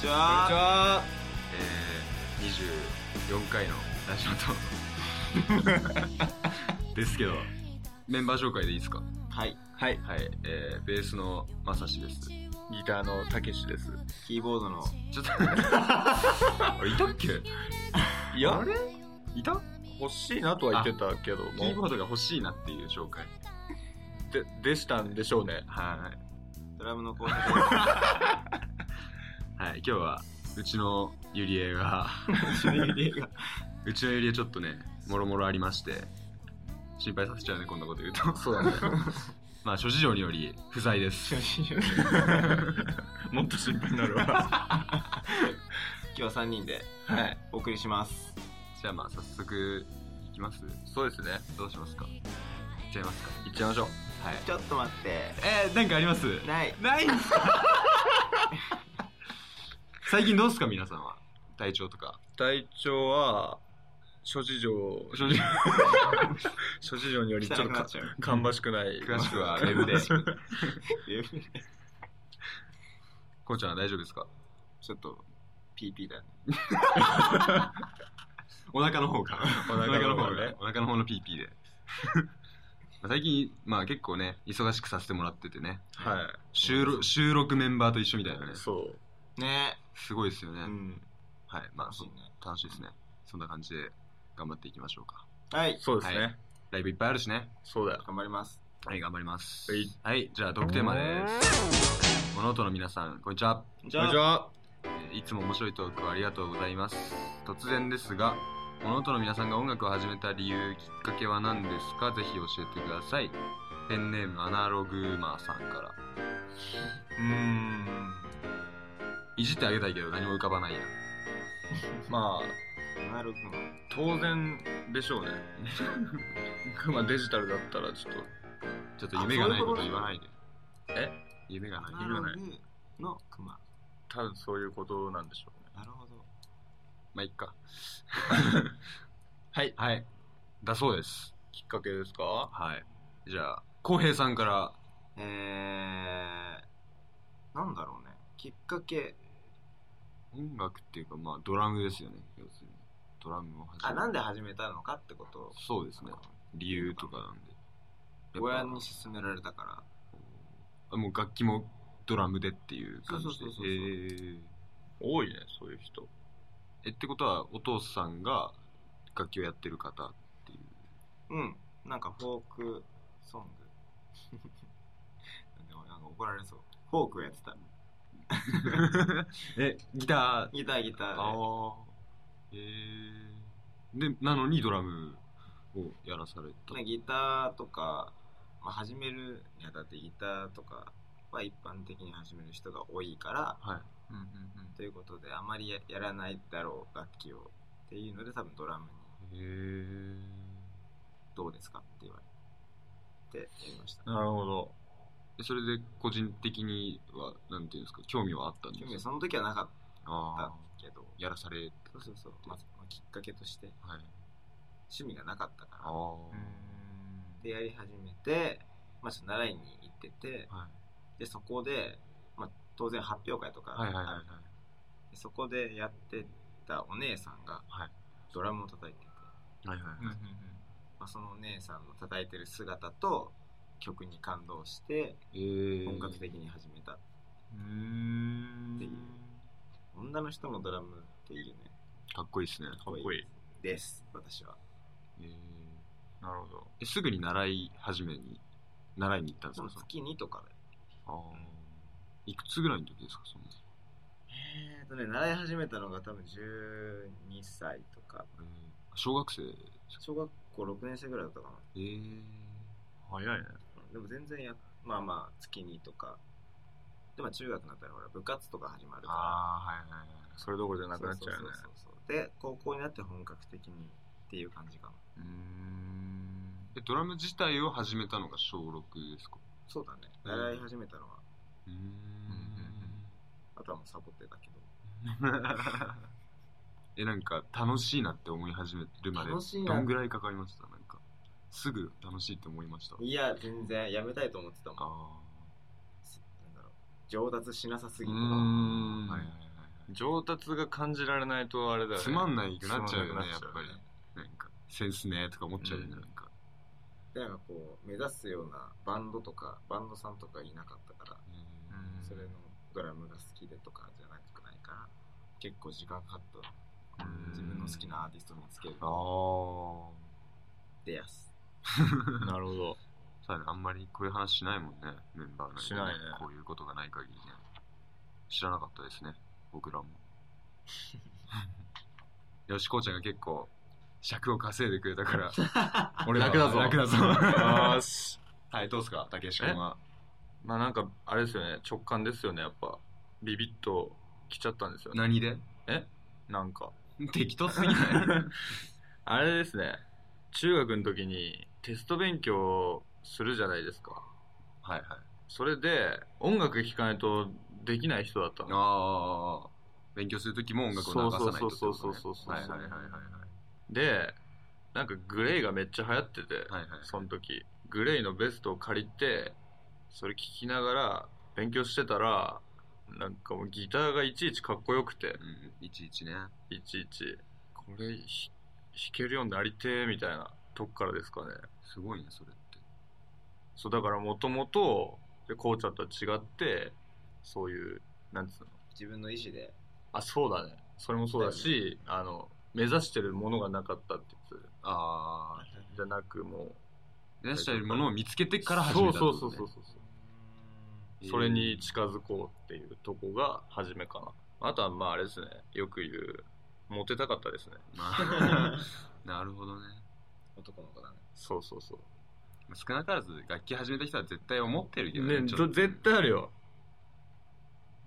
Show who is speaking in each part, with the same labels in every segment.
Speaker 1: ちは
Speaker 2: は
Speaker 1: えー、24回のラジオと ですけどメンバー紹介でいいですか
Speaker 2: はいはい
Speaker 1: はいえー、ベースのまさしですち
Speaker 2: ギターのたけしですキーボードの
Speaker 1: ょっとあいたっけ
Speaker 2: い
Speaker 1: あれいた
Speaker 2: 欲しいなとは言ってたけど
Speaker 1: キーボ
Speaker 2: も
Speaker 1: ードが欲しいなっていう紹介
Speaker 2: ででしたんでしょうね
Speaker 1: はい
Speaker 3: ドラムの後輩で
Speaker 1: はい、今日はうちのゆりえが うちのゆりえちょっとねもろもろありまして心配させちゃうねこんなこと言うと
Speaker 2: そうだね
Speaker 1: まあ諸事情により不在です
Speaker 2: もっと心配になるわ
Speaker 3: 今日は3人で
Speaker 2: はい
Speaker 3: お送りします
Speaker 1: じゃあまあ早速いきます
Speaker 2: そうですね
Speaker 1: どうしますかいっちゃいますか
Speaker 2: いっちゃいましょう
Speaker 1: はい
Speaker 3: ちょっと待って
Speaker 1: えー、なんかあります
Speaker 3: ない
Speaker 1: ないんすか 最近どうっすか皆さんは体調とか
Speaker 2: 体調は諸事情
Speaker 1: 諸事情
Speaker 2: 諸事情によりちょっ
Speaker 3: 汚
Speaker 2: と
Speaker 3: くな
Speaker 2: か
Speaker 3: っちゃう
Speaker 2: 芳しくない
Speaker 1: 詳しくはウェ ブでこうちゃんは大丈夫ですか
Speaker 3: ちょっと PP だね
Speaker 1: お腹の方か。
Speaker 2: お腹の方ね
Speaker 1: ね。お腹の方の PP で。 まあ最近、まあ結構ね、忙しくさせてもらっててね。
Speaker 2: は
Speaker 1: 収録、収録メンバーと一緒みたいなね
Speaker 2: い。そう
Speaker 3: ね
Speaker 1: すごいですよね。
Speaker 3: うん
Speaker 1: はい。まあ
Speaker 3: 楽し
Speaker 1: そ
Speaker 3: いね
Speaker 1: 楽しいですね。そんな感じで頑張っていきましょうか。
Speaker 3: はい
Speaker 2: そうです
Speaker 1: は
Speaker 2: ね
Speaker 1: ライブいっぱいあるしね。
Speaker 2: そうだよ
Speaker 3: 頑張ります
Speaker 1: はい、頑張ります。
Speaker 2: はい。
Speaker 1: じゃあ、トークテーマです。物音の皆さん、こんにちは。
Speaker 3: じ
Speaker 2: こんにちは
Speaker 1: えーいつも面白いトークをありがとうございます。突然ですが、物音の皆さんが音楽を始めた理由、きっかけは何ですかぜひ教えてください。ペンネームアナログマーさんから。
Speaker 2: うーん
Speaker 1: いじってあげたいけど何も浮かばないや。
Speaker 2: まあ
Speaker 3: なるくんは
Speaker 2: 当然でしょうね まあデジタルだったらちょっ
Speaker 1: ちょっと夢がないこと
Speaker 3: あそうい
Speaker 1: 言
Speaker 3: うこ
Speaker 1: わ
Speaker 3: と
Speaker 1: ないで。
Speaker 2: え
Speaker 1: 夢がない。
Speaker 3: アナログのクマ
Speaker 2: と多分そういうことなんでしょうね
Speaker 3: なるほど
Speaker 1: まあ、いっ か。
Speaker 2: はい
Speaker 1: はい。だそうです。
Speaker 2: きっかけですか
Speaker 1: はい。じゃあ、浩平さんから。
Speaker 3: えーなんだろうねきっかけ
Speaker 1: 音楽っていうか、まあ、ドラムですよね。要するに。ドラムを始め
Speaker 3: あなんで始めたのかってこと
Speaker 1: そうですね。理由とかなんで。やっぱ
Speaker 3: 親に勧められたから
Speaker 1: あもう楽器もドラムでっていう感じで。
Speaker 3: そうそうそうそうそう
Speaker 1: へー
Speaker 2: 多いねそういう人
Speaker 1: え、ってことは、お父さんが楽器をやってる方っていう。
Speaker 3: うんなんかフォークソン グでもなんか怒られそうフォークやってた
Speaker 1: え、ギター。
Speaker 3: ギターギターで
Speaker 1: あー。えー。で、なのにドラムをやらされた。
Speaker 3: ね、ギターとか、まあ、始めるにあたってギターとかは一般的に始める人が多いから
Speaker 1: はい。
Speaker 2: うんうん
Speaker 3: ということであまりややらないだろう楽器をっていうので多分ドラムに
Speaker 1: へー。
Speaker 3: どうですかって言われてやりました
Speaker 2: なるほど
Speaker 1: でそれで個人的には、なんていうんですか、興味はあったんです
Speaker 3: 興
Speaker 1: か
Speaker 3: 味はその時はなかっ
Speaker 1: あ
Speaker 3: たけど
Speaker 1: ーやらされた。
Speaker 3: そうそうそう、まあまあきっかけとして
Speaker 1: はい。
Speaker 3: 趣味がなかったか
Speaker 1: あ
Speaker 3: ら
Speaker 1: ー。
Speaker 3: でやり始めて、まあ、ちょっと習いに行ってて
Speaker 1: はい
Speaker 3: でそこで、まあ、当然発表会とかあ
Speaker 1: は
Speaker 3: る
Speaker 1: い
Speaker 3: じゃ
Speaker 1: は
Speaker 3: ん
Speaker 1: いはいはい。
Speaker 3: でそこでやってたお姉さんが
Speaker 1: はい
Speaker 3: ドラムを叩いてて、
Speaker 1: はいはいはい。
Speaker 3: まあ、そのお姉さんの叩いてる姿と曲に感動して
Speaker 1: えー
Speaker 3: 本格的に始めた、
Speaker 2: うん
Speaker 3: っていう女の人もドラムっていうね
Speaker 1: かっこいいですね。
Speaker 2: かっこいい
Speaker 3: です私は
Speaker 1: えー
Speaker 2: なるほど
Speaker 1: えすぐに習い始めに、習いに行ったんで
Speaker 3: ですも
Speaker 1: かその
Speaker 3: 月2とかで
Speaker 1: あーいくつぐらいの時ですかその、
Speaker 3: えーとね習い始めたのが多分12歳とか
Speaker 1: えー小学生
Speaker 3: 小学校6年生ぐらいだったかな
Speaker 1: えー、
Speaker 2: 早いね
Speaker 3: うんでも全然やまあまあ月2とかでも中学になったらほら部活とか始まるから
Speaker 1: ああはいはいはい
Speaker 2: それどころじゃなくなっちゃうよね
Speaker 3: そうそうそうそうで高校になって本格的にっていう感じかな
Speaker 1: うーんえドラム自体を始めたのが小6ですか
Speaker 3: そうだね
Speaker 1: うん
Speaker 3: 習い始めたのは、
Speaker 1: うーん
Speaker 3: あとはもうサボってたけど
Speaker 1: えなんか楽しいなって思い始めるまで
Speaker 3: 楽しいな
Speaker 1: どんぐらいかかりましたなんかすぐ楽しいって思いました
Speaker 3: いや全然やめたいと思ってたもん
Speaker 1: あ
Speaker 3: なんだろう上達しなさす
Speaker 1: ー
Speaker 3: ぎて
Speaker 1: うーん
Speaker 3: は
Speaker 1: はいいはいはいはい
Speaker 2: 上達が感じられないとあれだよね
Speaker 1: つまんないくなっちゃうよねやっ
Speaker 3: つまんなくなっちゃ
Speaker 1: ぱ
Speaker 3: う
Speaker 1: り
Speaker 3: ね
Speaker 1: なんかセンスねとか思っちゃうよね、
Speaker 2: うん
Speaker 1: なんか
Speaker 3: でなんかこう目指すようなバンドとかバンドさんとかいなかったから、
Speaker 2: うん
Speaker 3: それのドラムが好きでとかじゃなくないから結構時間かかった
Speaker 2: うん
Speaker 3: 自分の好きなアーティスト見つける
Speaker 1: ああ
Speaker 3: でやす
Speaker 2: なるほど
Speaker 1: そうだねあんまりこういう話しないもんねメンバーの中で
Speaker 2: しないね
Speaker 1: こういうことがない限りね知らなかったですね僕らもよしこうちゃんが結構尺を稼いでくれたから俺らは
Speaker 2: 楽だぞ
Speaker 1: 楽だぞ
Speaker 2: よーし
Speaker 1: はいどうすか竹下君は
Speaker 2: まあなんかあれですよね直感ですよねやっぱビビッと来ちゃったんですよね
Speaker 1: 何で
Speaker 2: なんか
Speaker 1: 適当すぎない
Speaker 2: あれですね中学の時にテスト勉強するじゃないですか
Speaker 1: はいはい
Speaker 2: それで音楽聴かないとできない人だったの
Speaker 1: ああ勉強する時も音楽を流さないとってことね
Speaker 2: そうそうそうそうそうそう
Speaker 1: はいはいはいはい
Speaker 2: でなんかグレイがめっちゃ流行ってて、
Speaker 1: はいはいはい
Speaker 2: その時グレイのベストを借りてそれ聴きながら勉強してたらなんかもうギターがいちいちかっこよくて
Speaker 1: うんいちいちね
Speaker 2: いちいちこれひ弾けるようになりてーみたいなとこからですかね
Speaker 1: すごいねそれって
Speaker 2: そうだからもともとこうちゃんとは違ってそういうなんつうの
Speaker 3: 自分の意 思で
Speaker 2: あそうだねそれもそうだしあの目指してるものがなかったってや
Speaker 1: ああ
Speaker 2: つじゃなくもう
Speaker 1: 目指したいものを見つけてから始めたってこ
Speaker 2: そ
Speaker 1: と
Speaker 2: う
Speaker 1: ね
Speaker 2: そうそうそうそうそれに近づこうっていうとこが初めかなあとはまああれですねよく言うモテたかったですね
Speaker 1: まあ なるほどね
Speaker 3: 男の子だね
Speaker 2: そうそうそう
Speaker 1: 少なからず楽器始めた人は絶対思ってるけど
Speaker 2: ね
Speaker 1: ちょっと
Speaker 2: ど絶対あるよ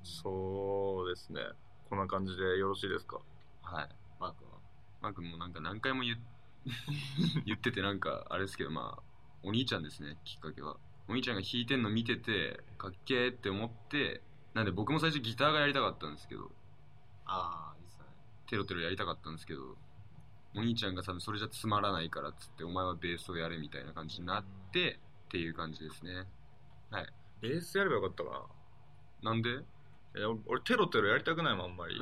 Speaker 2: そうですねこんな感じでよろしいですか
Speaker 1: はい
Speaker 3: マー君は
Speaker 1: マー君もなんか何回も言っ 言っててなんかあれですけどまあお兄ちゃんですねきっかけはお兄ちゃんが弾いてんの見ててかっけーって思ってなんで僕も最初ギターがやりたかったんですけど
Speaker 3: ああいいっすね
Speaker 1: テロテロやりたかったんですけどお兄ちゃんが多分それじゃつまらないからっつってお前はベースをやれみたいな感じになってっていう感じですね
Speaker 2: ベースやればよかったかな
Speaker 1: なんで
Speaker 2: いや俺俺テロテロやりたくないもんあんまり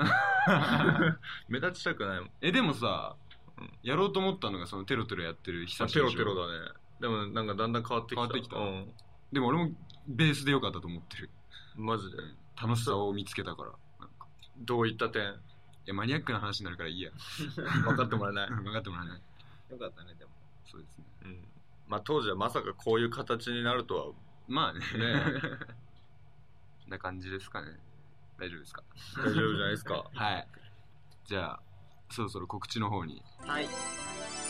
Speaker 2: 目立ちたくないもん
Speaker 1: えでもさ、
Speaker 2: うん
Speaker 1: やろうと思ったのがそのテロテロやってる
Speaker 2: あ
Speaker 1: 久し
Speaker 2: テ
Speaker 1: ぶ
Speaker 2: ロ
Speaker 1: り
Speaker 2: テロだねでもなんかだんだん変わってきた
Speaker 1: 変わってきた
Speaker 2: うん
Speaker 1: でも俺もベースでよかったと思ってる、
Speaker 2: マジで
Speaker 1: 楽しさを見つけたからなんか
Speaker 2: どういった点
Speaker 1: いやマニアックな話になるからいいや
Speaker 2: 分かってもら えない、
Speaker 1: 分かってもらえない
Speaker 3: よかったねでも
Speaker 1: そうですね
Speaker 2: うん、まあ当時はまさかこういう形になるとは
Speaker 1: まあね
Speaker 2: ね
Speaker 1: こんな感じですかね大丈夫ですか
Speaker 2: 大丈夫じゃないですか
Speaker 1: はいじゃあそろそろ告知の方に
Speaker 3: はい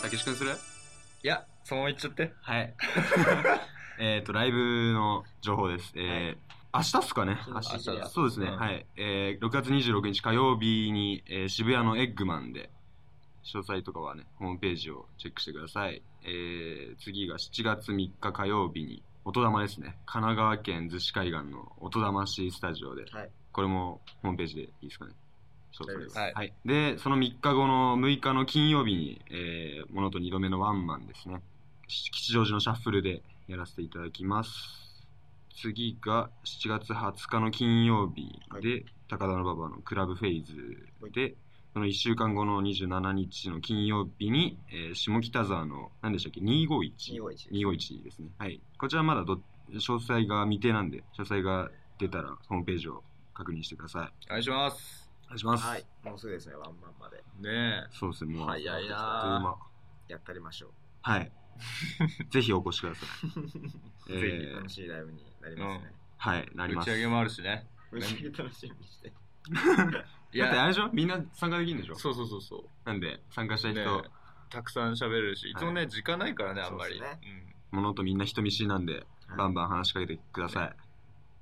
Speaker 1: たけし君する
Speaker 2: いやそのまま言っちゃって
Speaker 1: はい えっとライブの情報ですえー明日っすかね
Speaker 3: そう
Speaker 1: 明
Speaker 3: 明日だ
Speaker 1: 日そうですね、
Speaker 2: うん
Speaker 1: はい、えー、6月26日火曜日に、えー渋谷のエッグマンで詳細とかはねホームページをチェックしてください、えー、次が7月3日火曜日に音玉ですね神奈川県逗子海岸の音玉市スタジオで、
Speaker 3: はい
Speaker 1: これもホームページでいいですかね詳細です、
Speaker 2: はい
Speaker 1: はい、でその3日後の6日の金曜日に、えー、ものと2度目のワンマンですねし吉祥寺のシャッフルでやらせていただきます次が7月20日の金曜日で、高田馬場のクラブフェイズで、その1週間後の27日の金曜日に、えー下北沢の何でしたっけ251
Speaker 3: 251
Speaker 1: 251ですねはいこちらまだど詳細が未定なんで詳細が出たらホームページを確認してください
Speaker 2: お願いします
Speaker 1: お願いします、
Speaker 3: はいもうすぐですねワンマンまで
Speaker 2: ね
Speaker 1: そうですねもう
Speaker 2: 早いな
Speaker 1: あっという間
Speaker 3: やったりましょう
Speaker 1: はい ぜひお越しください、え
Speaker 2: ぜ
Speaker 1: ー
Speaker 3: 楽しいライブになりますね
Speaker 1: はいな
Speaker 2: え
Speaker 1: り
Speaker 2: 打
Speaker 1: ます
Speaker 2: ち上げもあるしね
Speaker 3: めちゃくちゃ楽しみにして
Speaker 2: い
Speaker 1: だってあ
Speaker 2: や
Speaker 1: れでしょみんな参加できるんでしょ
Speaker 2: そうそうそうそう
Speaker 1: なんで参加したい人、
Speaker 2: ねたくさん喋れるしいつもね、
Speaker 1: は
Speaker 2: 時間ないからねあんまり
Speaker 3: そうっす
Speaker 1: 物とみんな人見知りなんで、バンバン話しかけてください、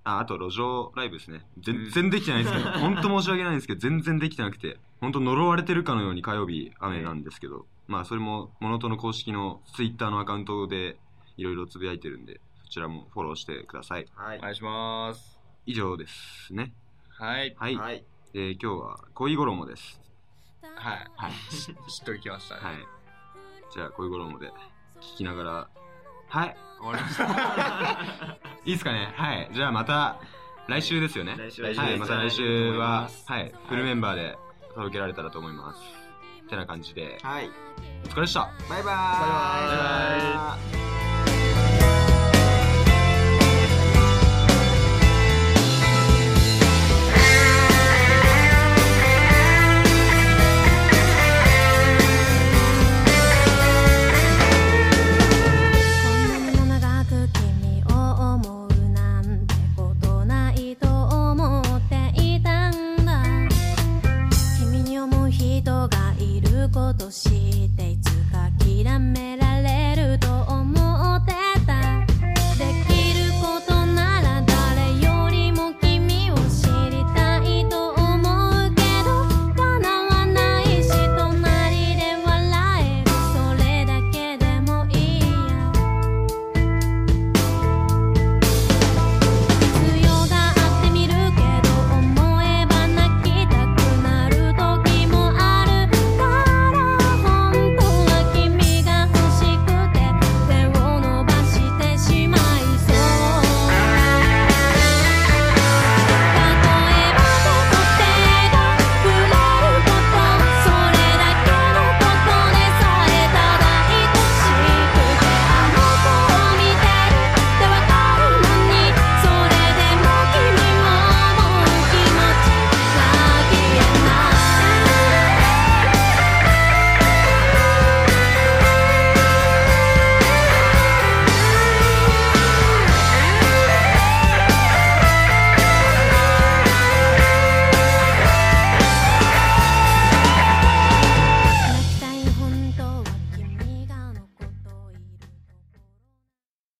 Speaker 1: ああと路上ライブですね全然できてない ですけど、ほん、本当申し訳ないんですけど全然できてなくて本当呪われてるかのように火曜日雨なんですけど、まあそれも物との公式のツイッターのアカウントでいろいろつぶやいてるんでそちらもフォローしてください
Speaker 3: は
Speaker 2: うん、
Speaker 3: い
Speaker 2: お願いします
Speaker 1: 以上ですね
Speaker 2: はい
Speaker 1: はい、
Speaker 3: はい
Speaker 1: えー今日は恋衣です
Speaker 2: はい
Speaker 1: はい、
Speaker 2: しっ とりきましたね、
Speaker 1: はい、じゃあ恋衣で聞きながらはい
Speaker 2: 終わりました
Speaker 1: いいっすかねはいじゃあまた来週ですよね。
Speaker 3: 来週
Speaker 2: 来週
Speaker 1: はい、また来週は、
Speaker 3: は
Speaker 1: はい、フルメンバーで届けられたらと思います。てな感じで、
Speaker 3: はい。
Speaker 1: お疲れでした
Speaker 3: バイバーイ。
Speaker 2: バイバ
Speaker 3: イ。